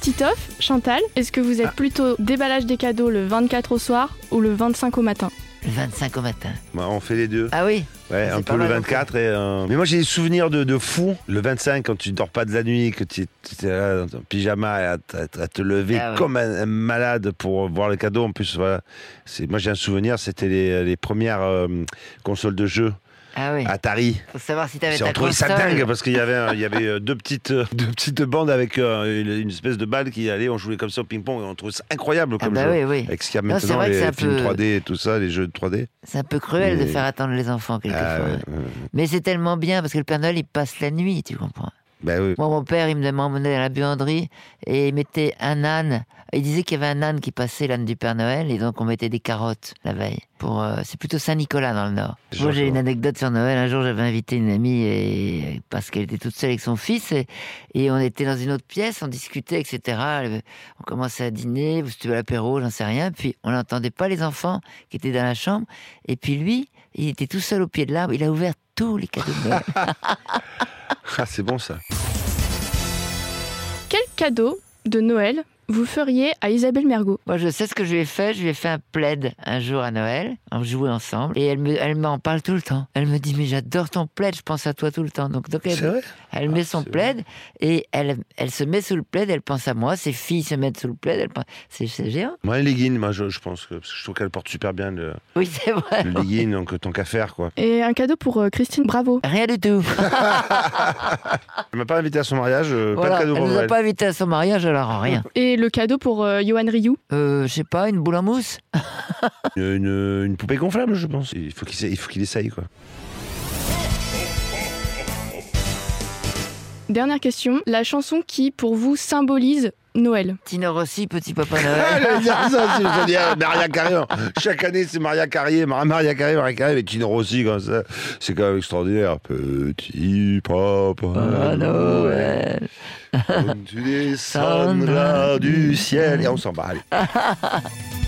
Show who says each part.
Speaker 1: Titoff, Chantal, est-ce que vous êtes plutôt déballage des cadeaux le 24 au soir ou le 25 au matin
Speaker 2: Le 25 au matin.
Speaker 3: Bah, on fait les deux.
Speaker 2: Ah oui
Speaker 3: Ouais,
Speaker 2: c'est
Speaker 3: un
Speaker 2: pas
Speaker 3: peu le
Speaker 2: mal,
Speaker 3: 24 et. euh, Mais moi j'ai des souvenirs de, de fou. Le 25 quand tu dors pas de la nuit, que tu es là dans ton pyjama et à, t- à t- à te lever
Speaker 2: Ah ouais.
Speaker 3: comme un, un malade pour voir le cadeau. En plus, voilà. C'est- Moi j'ai un souvenir, c'était les, les premières euh, consoles de jeu
Speaker 2: Ah oui.
Speaker 3: Atari.
Speaker 2: Faut savoir si t'avais
Speaker 3: J'ai
Speaker 2: ta
Speaker 3: retrouvé
Speaker 2: console.
Speaker 3: ça dingue parce qu'il y avait, un- il y avait euh, deux, petites, euh, deux petites bandes avec euh, une, une espèce de balle qui allait, on jouait comme ça au ping-pong et on trouvait ça incroyable
Speaker 2: Ah
Speaker 3: comme
Speaker 2: bah
Speaker 3: jeu.
Speaker 2: oui, oui.
Speaker 3: Avec ce qu'il y a
Speaker 2: Non, c'est
Speaker 3: maintenant,
Speaker 2: vrai que c'est
Speaker 3: les
Speaker 2: un
Speaker 3: films
Speaker 2: peu-
Speaker 3: 3D et tout ça, les jeux de 3D.
Speaker 2: C'est un peu cruel de
Speaker 3: Mais-
Speaker 2: faire attendre les enfants quelquefois.
Speaker 3: Ah, ouais, ouais.
Speaker 2: Mais c'est tellement bien parce que le Père Noël il passe la nuit, tu comprends.
Speaker 3: Bah oui.
Speaker 2: Moi, mon père, il me m'emmenait à la buanderie et il mettait un âne. Il disait qu'il y avait un âne qui passait, l'âne du Père Noël, et donc on mettait des carottes la veille. Pour, euh, c'est plutôt Saint-Nicolas dans le Nord.
Speaker 3: Je
Speaker 2: Moi, j'ai
Speaker 3: vois.
Speaker 2: une anecdote sur Noël. Un jour, j'avais invité une amie et, parce qu'elle était toute seule avec son fils et, et on était dans une autre pièce, on discutait, etc. On commençait à dîner, si tu veux, à l'apéro, j'en sais rien. Puis on n'entendait pas les enfants qui étaient dans la chambre. Et puis lui, il était tout seul au pied de l'arbre. Il a ouvert tous les cadeaux de Noël.
Speaker 3: Ah, c'est bon ça.
Speaker 1: Quel cadeau de Noël vous feriez à Isabelle Mergot
Speaker 2: Moi, je sais ce que je lui ai fait. Je lui ai fait un plaid un jour à Noël. On jouait ensemble. Et elle me, elle m'en parle tout le temps. Elle me dit, mais j'adore ton plaid. Je pense à toi tout le temps. Donc, donc
Speaker 3: C'est
Speaker 2: elle,
Speaker 3: vrai
Speaker 2: elle met son
Speaker 3: c'est vrai.
Speaker 2: plaid et elle, elle se met sous le plaid. Elle pense à moi. Ses filles se mettent sous le plaid. Elle pense- c'est, c'est géant.
Speaker 3: Moi, les leggings, moi, je, je pense que parce que je trouve qu'elle porte super bien le,
Speaker 2: Oui, c'est vrai.
Speaker 3: le legging, donc tant qu'à faire, quoi.
Speaker 1: Et un cadeau pour euh, Christine Bravo.
Speaker 2: Rien du tout.
Speaker 3: Elle m'a pas invité à son mariage, euh, pas de
Speaker 2: Voilà. Elle
Speaker 3: cadeau pour
Speaker 2: nous a
Speaker 3: Noël.
Speaker 2: pas invité à son mariage, alors rien.
Speaker 1: Et le cadeau pour euh, Johan Rioux.
Speaker 2: Euh, je sais pas, une boule en mousse
Speaker 3: Une, une- une poupée gonflable, je pense. Il faut qu'il sa- il faut qu'il essaye, quoi.
Speaker 1: Dernière question, la chanson qui pour vous symbolise Noël.
Speaker 2: Tino Rossi, petit papa
Speaker 3: Ah,
Speaker 2: Noël.
Speaker 3: j'allais dire ça, c'est- j'allais dire euh, Maria Carré. hein. Chaque année, c'est Maria Carré, Mar- Maria Carré, Maria Carré, mais Tino Rossi, comme ça. C'est quand même extraordinaire. Petit papa
Speaker 2: Papa
Speaker 3: Noël,
Speaker 2: Bah, Noël.
Speaker 3: quand tu descendras du ciel. Et on s'en bat, allez.